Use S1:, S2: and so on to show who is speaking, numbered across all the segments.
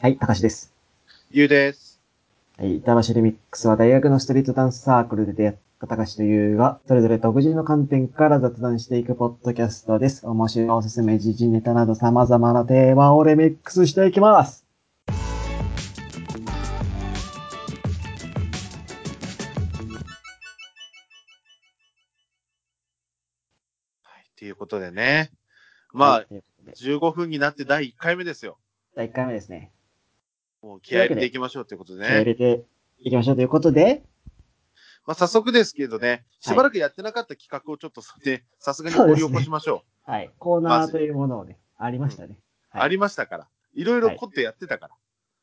S1: はい、たかしです。
S2: ゆうです。
S1: はい、板橋リミックスは大学のストリートダンスサークルで出会ったたかしというが、それぞれ独自の観点から雑談していくポッドキャストです。面白いおすすめ、時事ネタなど様々なテーマをレミックスしていきます。
S2: ということでね。ま
S1: は
S2: あ
S1: い、ということで
S2: 15分になって第1回目ですよ。
S1: 第1回目ですね。
S2: もう気合入れていきましょうということで
S1: 気合い入
S2: ね。
S1: れていきましょうということで、
S2: まあ、早速ですけどね、しばらくやってなかった企画をちょっとね、さすがに掘り起こしましょ
S1: はい、コーナーというものをね、ありましたね。
S2: う。
S1: はい
S2: ありましたから。いろいろ凝ってやってたから。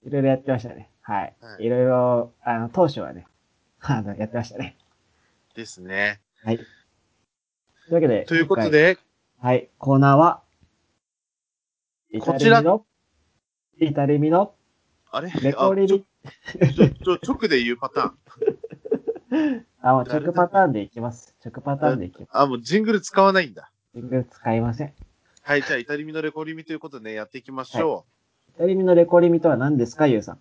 S1: いろいろやってましたね。はい。
S2: はい
S1: いろいろ、あの、当初はね、あの、やってましたね。
S2: ですね。
S1: はい。というわけで。
S2: ということで、
S1: はい、コーナーは、
S2: こち
S1: イ
S2: ら
S1: タリミの、イタリミの、
S2: あれ
S1: レコリ
S2: あちょ
S1: リ、
S2: ちょちょ直で言うパターン。
S1: あ、もう直パターンでいきます。直パターンでいきます。
S2: あ、もうジングル使わないんだ。
S1: ジングル使いません。イ
S2: はい、じゃあ、イタリミのレコリミということでね、やっていきましょ
S1: タリミのレコリミとは何ですか、ゆうさん。
S2: う。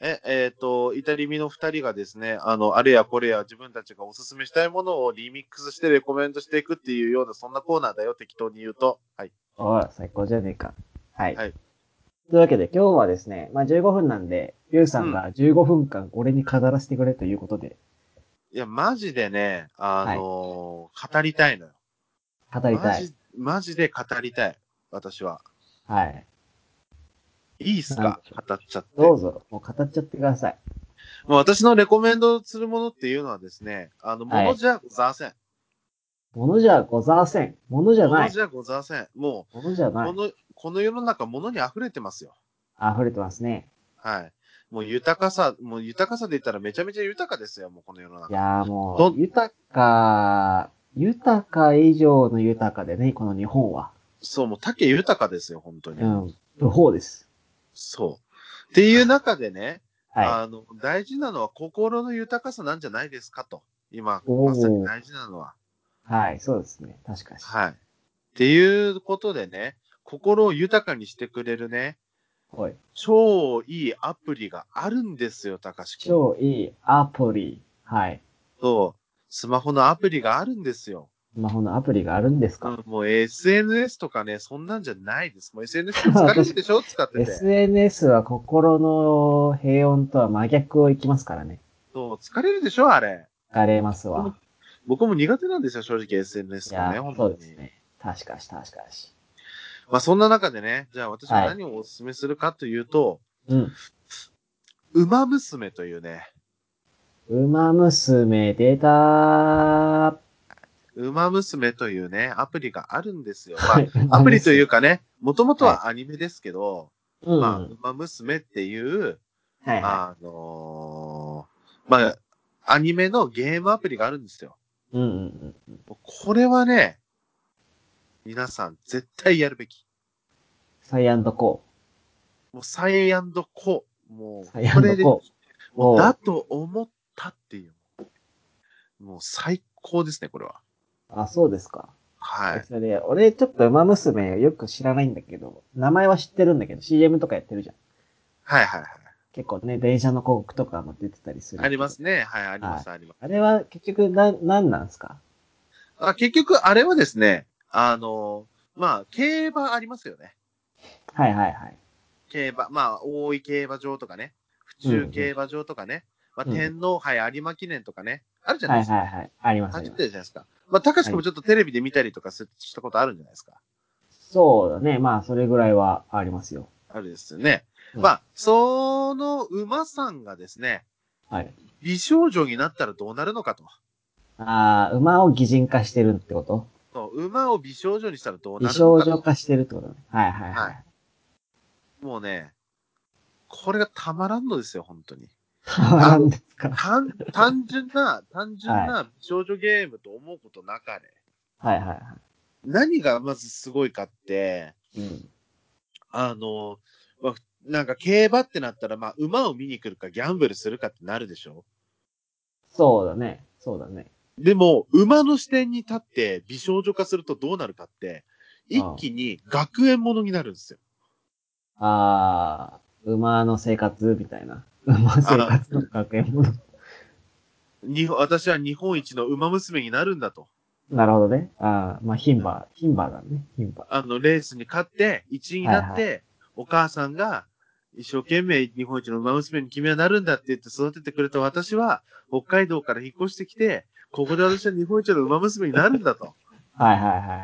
S2: え、えっ、と、イタリミの2人がですね、あの、あれやこれや自分たちがおすすめしたいものをリミックスしてレコメントしていくっていうような、そんなコーナーだよ、適当に言うと。はい。
S1: おい、最高じゃねえか。はい。
S2: はい
S1: というわけで、今日はですね、まあ、15分なんで、ゆうさんが15分間俺に飾らせてくれということで、
S2: いや、マジでね、あのー語りたいのよ。
S1: 語りた
S2: マ
S1: い。
S2: ジ、マジで語りたい。私は。
S1: はい。
S2: いいっす
S1: なん
S2: か
S1: でし
S2: 語っちゃって。
S1: どうぞ、もう語っちゃってください。
S2: もう私のレコメンドするものっていうのはですね、あの、
S1: はい
S2: ものじゃございません。
S1: ものじゃございません。ものじゃ
S2: も
S1: な
S2: の
S1: い。
S2: じゃございません。も
S1: ものじゃ
S2: う、
S1: ない
S2: こ。の、この世の中、ものに溢れてますよ。
S1: 溢れてますね。
S2: はい。もう豊かさ、もう豊かさで言ったらめちゃめちゃ豊かですよ、もうこの世の
S1: い
S2: 中。
S1: やーも
S2: ど
S1: う、豊か、豊か以上の豊かでね、この日本は。
S2: そう、もう竹豊かですよ、本当に。
S1: うん、不法です。
S2: そう。っていう中でね、
S1: は
S2: あの、大事なのは心の豊かさなんじゃないですかと。今、
S1: おー
S2: まさに大事なのは。
S1: い。はい、そうですね。確かに。
S2: はい。っていうことでね、心を豊かにしてくれるね、
S1: はい。
S2: 超いいアプリがあるんですよ、高志君。
S1: 超いいアプリ。はい。
S2: そう。スマホのアプリがあるんですよ。
S1: スマホのアプリがあるんですか、
S2: もう SNS とかね、そんなんじゃないです。もう SNS 疲れるでしょ使 ってて。
S1: ?SNS は心の平穏とは真逆をいきますからね。
S2: そう、疲れるでしょあれ。
S1: 疲れますわ。
S2: 僕も苦手なんですよ、正直 SNS
S1: い
S2: がね、
S1: や
S2: 本、
S1: そ
S2: 当
S1: う
S2: に
S1: で。すね。確かし、確かし。
S2: まあそんな中でね、じゃあ私は
S1: はい
S2: 何をお勧めするかというと、
S1: うん。
S2: ウマ娘というね、
S1: ウマ娘出たー。
S2: ウマ娘というね、アプリがあるんですよ。
S1: はい
S2: まあ、アプリというかね、もともとはアニメですけど、
S1: うん。
S2: まあ、
S1: は
S2: ウマ娘っていう、
S1: いは
S2: あのーまあ、アニメのゲームアプリがあるんですよ。
S1: い。うんうんうん。
S2: これはね、皆さん絶対やるべき。
S1: サイアンドコ
S2: もうサイアンドコー。も
S1: サイ
S2: う、
S1: ア
S2: こ
S1: ンドコー
S2: れで、も
S1: お
S2: う
S1: う
S2: だと思ったっていう。もう最高ですね、これは。
S1: ー。あ、そうですか。
S2: はい。
S1: それで、俺ちょっと馬娘よく知らないんだけど、名前は知ってるんだけど、CM とかやってるじゃん。
S2: はいはいはい。
S1: 結構ね、電車の広告とかも出てたりする。
S2: ありま。すね。はい、あります、あります。
S1: あれは結局な、なんなんすか
S2: あ結局、あれはですね、あの、まあ、競馬ありますよね。
S1: はいはいはい。
S2: 競馬、まあ、大井競馬場とかね、府中競馬場とかね、
S1: うん
S2: まあ、天皇杯有馬記念とかね、あるじゃな
S1: はいい
S2: ですか。
S1: はいはい。ありますあ
S2: 走
S1: り
S2: っ
S1: ま
S2: て
S1: す。
S2: るじゃないですか。まあ、高橋君もちょっとテレビで見たりとかすしたことあるんじゃないですか。
S1: そうだね。まあ、それぐらいはありますよ。
S2: あるですよね。
S1: うん
S2: まあ、その馬さんがですね、
S1: はい。
S2: 美少女になったらどうなるのかと。
S1: ああ、馬を擬人化してるってこと
S2: そう馬を美少女にしたらどう
S1: 異
S2: なる
S1: 少
S2: のか
S1: 女
S2: と。
S1: 化してるってことね。はいはいは
S2: はいい。もうね、これがたまらんのですよ、本当に。
S1: なんですか
S2: 単 単純な、単純な美少女ゲームと思うことなかれ。
S1: はいはいは
S2: 何がまずすごいかって、
S1: い。うん。
S2: あの、まあなんか競馬ってなったら、まあ、馬を見に来るかギャンブルするかってなるでしょ
S1: そうだね。そうだね。
S2: でも、馬の視点に立って美少女化するとどうなるかって、一気に学園ものになるんですよ。
S1: ああ、馬の生活みたいな。 馬生活の学園もの。
S2: 日本私は日本一の馬娘になるんだと。
S1: なるほどね。ああ、まあ、牝馬、牝馬だね、牝馬。
S2: あの、レースに勝って、1位になって、お母さんが、一生懸命日本一の馬娘に君はなるんだって言って育ててくれた私は、北海道から引っ越してきて、ここで私は日本一の馬娘になるんだと。
S1: はいはいはいはい。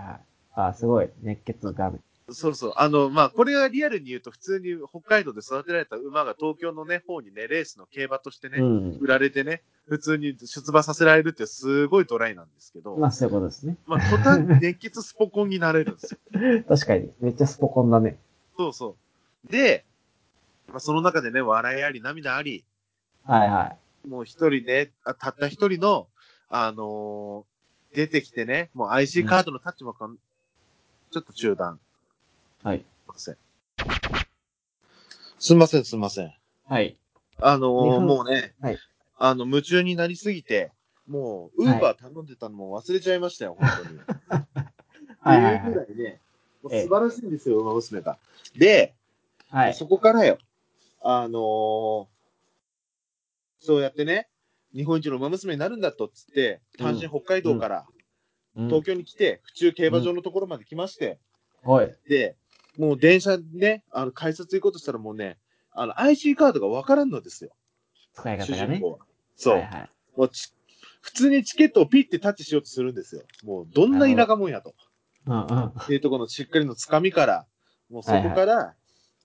S1: ああ、すごい。熱血の画面。
S2: そうそう。あの、まあ、これがリアルに言うと、普通に北海道で育てられた馬が東京のね、方にね、レースの競馬としてね、
S1: うん。
S2: 売られてね、普通に出馬させられるってすごいドライなんですけど、
S1: まあ、そういうことですね。
S2: まあ、途端に熱血スポコンになれるんですよ
S1: 確かに。めっちゃスポコンだね。
S2: そうそう。で、まあ、その中でね、笑いあり、涙あり、
S1: はいはい。
S2: もう一人ね、あたった一人の、あのー出てきてね、もう IC カードのタッチもかん、ちょっと中断。
S1: はい。
S2: すいません。すいません、すいません。
S1: はい。
S2: あ
S1: 日
S2: のー
S1: 本
S2: もうね、
S1: はい
S2: あの、夢中になりすぎて、もう、ウ
S1: はい
S2: ーバー頼んでたのも忘れちゃい ましたよ、本当に。
S1: はいはいはい。
S2: っていうぐらいね、もう
S1: ええ
S2: 素晴らしいんですよ、馬娘が。で、
S1: はい。
S2: そこからよ、あのーそうやってね、日本一の馬娘になるんだとっつって、単身北海道から
S1: うん
S2: 東京に来て、府中競馬場のところまで来まして、
S1: はい。
S2: で、もう電車でね、あの改札行こうとしたらもうね、あの IC カードがわからんのですよ、
S1: 使い
S2: 主
S1: 方が
S2: 人
S1: ね。
S2: 公は。そう、
S1: はいはい。
S2: もうち普通にチケットをピッてタッチしようとするんですよ。もうどんな田舎もんやと。
S1: うんうん。
S2: っていうところのしっかりのつかみから、もうそこから、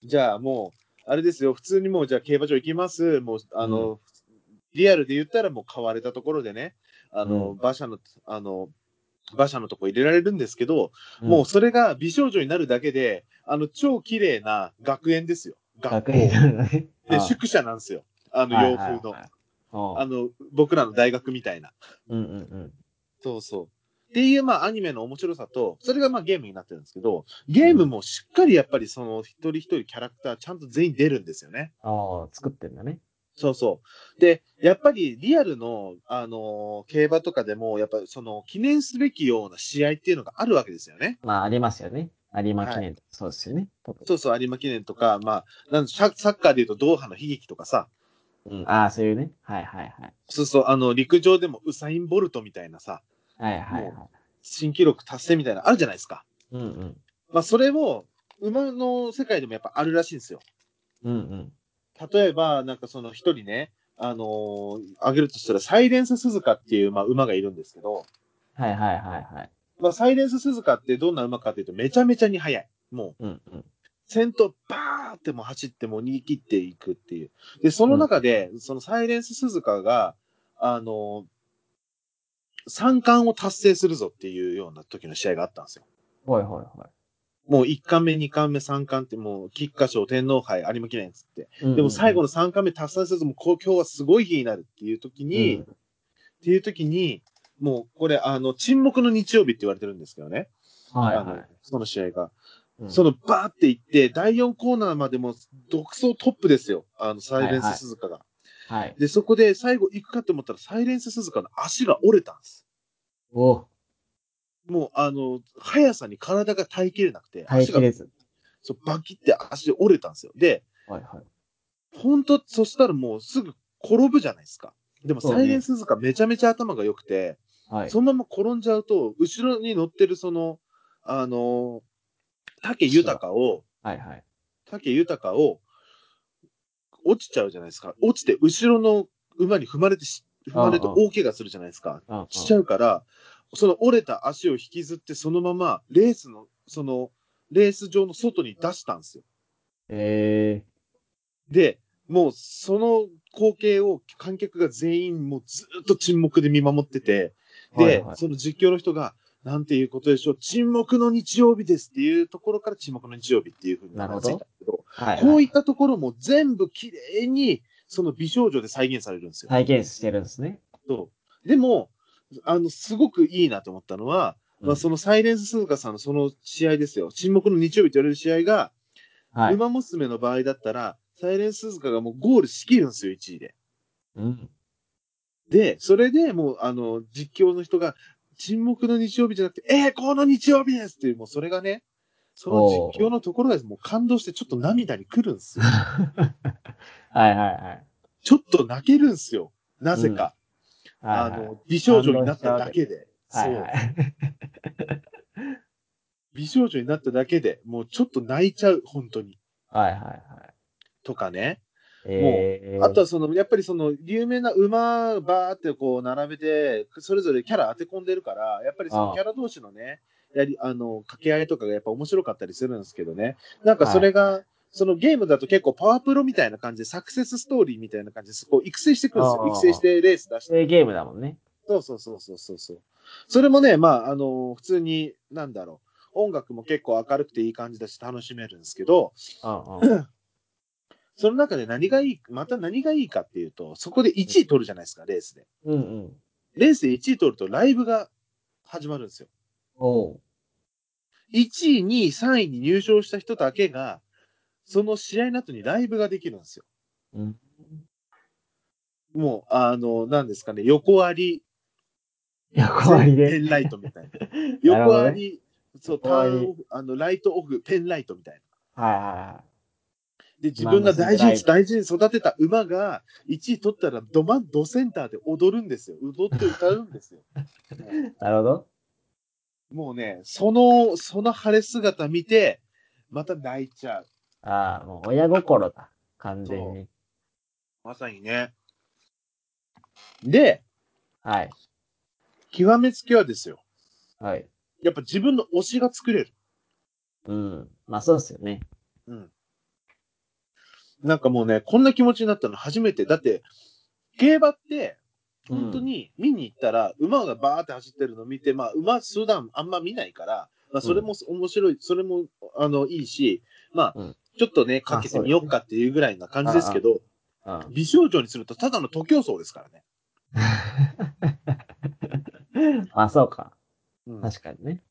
S2: じゃあもう、あれですよ、普通にもう、じゃあ競馬場行きます、もう、あの、リアルで言ったらもう買われたところでね、あの、
S1: うん
S2: 馬車の、あの、馬車のとこ入れられるんですけど、
S1: うん
S2: もうそれが美少女になるだけで、あの、超綺麗な学園ですよ。学
S1: 学
S2: 校。
S1: 園なんだね。
S2: で、宿舎なんですよ。あの、洋風
S1: の
S2: の。あの、僕らの大学みたいな。
S1: うんうんうん。
S2: そうそう。っていう、まあ、アニメの面白さと、それがまあ、ゲームになってるんですけど、ゲームもしっかりやっぱりその、一人一人キャラクターちゃんと全員出るんですよね。
S1: ああ、作ってんだね。
S2: そうそう。で、やっぱりリアルの、あのー競馬とかでも、やっぱりその、記念すべきような試合っていうのがあるわけですよね。
S1: まあ、ありますよね。有馬記念。そうですよね。特に
S2: そうそう、有馬記念とか、まあ、なんササッカーで言うとドーハの悲劇とかさ、
S1: うん。ああ、そういうね。はいはいはい。
S2: そうそう、あの、陸上でもウサイン・ボルトみたいなさ、
S1: はいはいはい。
S2: 新記録達成みたいなのあるじゃないですか。
S1: うんうん。
S2: まあ、それも、馬の世界でもやっぱあるらしいんですよ。
S1: うんうん。
S2: 例えば、なんかその一人ね、あのーあげるとしたら、サイレンス鈴鹿っていう、まあ、馬がいるんですけど、
S1: はいはいはいはい。
S2: まあ、サイレンス鈴鹿ってどんな馬かっていうと、めちゃめちゃに速い。もう、
S1: うんうん。
S2: 先頭バーってもう走ってもう逃げ切っていくっていう。で、その中で、そのサイレンス鈴鹿が、あのー三冠を達成するぞっていうような時の試合があったんですよ。
S1: ほいほいほ
S2: もう1冠目、2冠目、3冠ってもう、菊花賞、天皇杯、有馬記念っつって。
S1: い。
S2: でも最後
S1: の
S2: の3冠目達成すると、もうこう今日はすごい日になるっていう時に、
S1: うん
S2: っていう時に、もうこれ、あの、沈黙の日曜日って言われてるんですけどね。
S1: はいは
S2: あの
S1: い。、
S2: その試合が。
S1: うん
S2: そのバーって行って、第4コーナーまでも独走トップですよ。あの、サイレンス鈴鹿が。
S1: はい。
S2: で、そこで最後行くかと思ったら、サイレンス鈴鹿の足が折れたんです。
S1: お
S2: もう、あの、速さに体が耐えきれなくて、
S1: 耐え
S2: 足が
S1: き、れず。
S2: そう、バキって足で折れたんですよ。で、
S1: はいはい。
S2: ほんと、そしたらもうすぐ転ぶじゃないですか。でも、
S1: そうね
S2: サイレンス鈴鹿めちゃめちゃ頭が良くて、
S1: はい。
S2: そのまま転んじゃうと、後ろに乗ってるその、あの、竹豊を、
S1: はいはい。
S2: 竹豊を、落ちちゃうじゃないですか。落ちて、後ろの馬に踏まれてし、踏まれると
S1: うんう
S2: 大怪我するじゃないですか。
S1: うんうん
S2: しちゃうから、その折れた足を引きずって、そのまま、レースの、その、レース場の外に出したんですよ。
S1: え
S2: で、もう、その光景を観客が全員、もうずっと沈黙で見守ってて、
S1: ー。
S2: で、
S1: はいはい
S2: その実況の人が、なんていうことでしょう、沈黙の日曜日ですっていうところから沈黙の日曜日っていうふうに名前がついたんだけど、
S1: はいはい
S2: こういったところも全部きれいに、その美少女で再現されるんですよ。
S1: 体験してるんですね。
S2: そうでも、あの、すごくいいなと思ったのは、まあ、そ
S1: の、
S2: のサイレンス鈴鹿さんのその試合ですよ。沈黙の日曜日と言われる試合が、
S1: はい。
S2: 馬娘の場合だったら、サイレンス鈴鹿がもうゴールしきるんですよ、1位で。
S1: うん。
S2: で、それでもう、あの、実況の人が、沈黙の日曜日じゃなくて、えー、この日曜日ですっていう、もうそれがね、その実況のところがもう感動してちょっと涙に来るんですよ。
S1: はいはいはい。
S2: ちょっと泣けるんですよ。なぜか。
S1: は
S2: あ
S1: いはい
S2: の、美少女になっただけで。
S1: は
S2: そ
S1: いうは。い。
S2: 美少女になっただけでもうちょっと泣いちゃう、本当に。
S1: はいはいはい。
S2: とかね。
S1: えー、
S2: あとはその、やっぱりその、有名な馬、バーってこう、並べて、それぞれキャラ当て込んでるから、やっぱりそ
S1: あ
S2: の
S1: あ
S2: キャラ同士のね、やり、あの、掛け合いとかがやっぱ面白かったりするんですけどね。なんかそれが、そのゲームだと結構パワープロみたいな感じで、サクセスストーリーみたいな感じで、こう、育成していくんです
S1: あ
S2: よ
S1: あ。
S2: 育成してレース出して。
S1: そういうゲームだもんね。
S2: そうそうそうそうそうそう。それもね、まあ、あの、普通に、なんだろう。音楽も結構明るくていい感じだし楽しめるんですけど、
S1: うん うん。
S2: その中で何がいい、また何がいいかっていうと、そこで1位取るじゃないですか、レースで。
S1: うんうん。
S2: レースで1位取るとライブが始まるんですよ。
S1: おう。
S2: 1位、2位、3位に入賞した人だけが、その試合の後にライブができるんですよ。
S1: うん。
S2: もう、あの、何ですかね、横あり、
S1: 役割
S2: ペ
S1: で。
S2: ンライトみたい
S1: な
S2: な。
S1: るほ
S2: 横
S1: ど
S2: あ
S1: ね
S2: り、そう、タ
S1: 横あり
S2: ーンオフ、あの、ライトオフ、ペンライトみたいな。
S1: はいは
S2: で、自分が大事に、大事に育てた馬が、1位取ったら、ど真んどセンターで踊るんですよ。踊って歌うんですよ。
S1: いはい。なるほど。
S2: もうね、その、その晴れ姿見て、また泣いちゃう。
S1: ああ、もう親心だ。完全に。
S2: まさにね。で、
S1: はい。
S2: 極めつけはですよ。
S1: はい。
S2: やっぱ自分の推しが作れる。
S1: うん。まあそうですよね。
S2: うん。なんかもうね、こんな気持ちになったの初めて。だって、競馬って、本当に見に行ったら、馬がバーって走ってるの見て、まあ、馬数段あんま見ないから、まあ、それも面白い、それも、あの、いいし、まあ、
S1: うん
S2: ちょっとね、かけてみようかっていうぐらいな感じですけど、
S1: うん。はい
S2: 美少女にするとただの徒競走ですからね。
S1: まあそうか。
S2: うん
S1: 確かにね。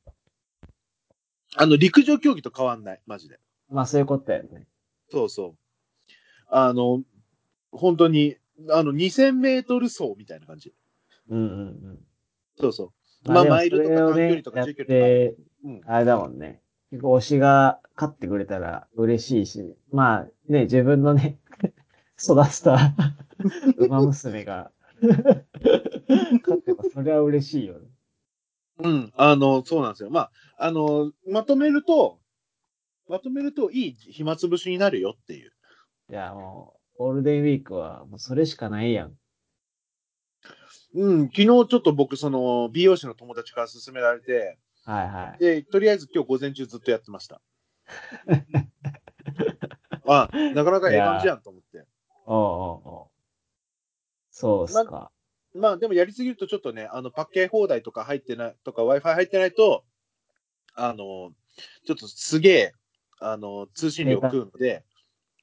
S2: あの、陸上競技と変わんない、マジで。
S1: まあそういうことだよね。
S2: そうそう。あの、本当に、あの、2000メートル走みたいな感じ。
S1: うんうんうん。
S2: そうそう。まあ、
S1: でも
S2: マイルとか
S1: それを
S2: 短
S1: ね
S2: 距離とか
S1: やっ
S2: 中距離と
S1: て、
S2: か。うん。
S1: あれだもんね。結構推しが勝ってくれたら嬉しいし、まあね、自分のね、 育て た馬娘が勝ってもそれは嬉しいよね。
S2: うん。あの、そうなんですよ。まあ、あの、まとめると、まとめるといい暇つぶしになるよっていう。
S1: いやもう、ゴールデンウィークはもうそれしかないやん。
S2: うん。昨日ちょっと僕、その、美容師の友達から勧められて、
S1: はいはい。
S2: で、とりあえず今日午前中ずっとやって ました。あ、なかなかええ感じやんと思って。
S1: おうおうおうそうっすか。
S2: まあでもやりすぎるとちょっとね、あのパッケージ放題とか入ってない、とか Wi-Fi 入ってないと、あの、ちょっとすげえ、あの、通信量食うので、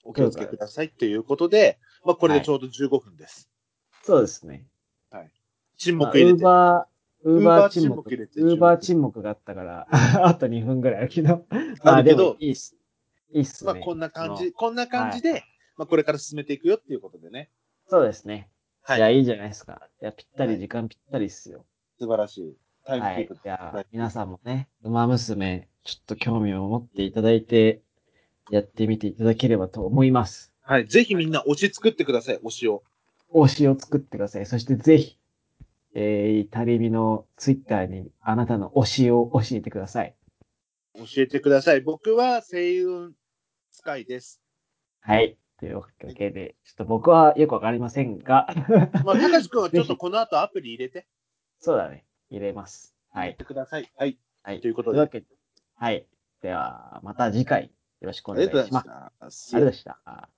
S2: お気をつけくださいっていうことで、まあこれでちょうど15分です。
S1: そうですね。
S2: 沈
S1: ウ
S2: 黙入れ
S1: ー
S2: て。
S1: バー、ウーバー
S2: Uber
S1: 沈
S2: 沈
S1: 黙
S2: 黙入れ。て
S1: ウーバー沈黙があったから、 あと2分ぐらいあるけど。ま
S2: あ
S1: あ
S2: るけ
S1: で
S2: ど
S1: もいいっす。いいっすね。
S2: まあこんな感
S1: その
S2: じ、こんな感じ
S1: は
S2: で、まあこれから進めていくよっていうことでね。
S1: そうですね。
S2: はいい
S1: や、いいじゃないですか。いや、ぴった
S2: は
S1: り、
S2: い
S1: 時間ぴったりっすよ。
S2: 素晴らしい。タイムキ
S1: はい。
S2: ー
S1: い
S2: プ。
S1: や、皆さんもね、馬娘、ちょっと興味を持っていただいて、やってみていただければと思います。
S2: はい。ぜひみんな推し作ってください、推しを。
S1: 推しを作ってください。そしてぜひ、えー、たりみのツイッターにあなたの推しを教えてください。
S2: 教えてください。僕は星雲スカイです。
S1: はい。というわけで、ちょっと僕はよくわかりませんが、
S2: まあ、高橋君はちょっとこの後アプリ入れて。
S1: そうだね。入れます。は
S2: やっ
S1: い。
S2: てください。はい。
S1: はい。
S2: ということで
S1: わけはい。では、また次回、よろしくお
S2: あ
S1: 願
S2: り
S1: いし
S2: がとうござい
S1: ます。
S2: まし
S1: あ
S2: た
S1: りがとうございました。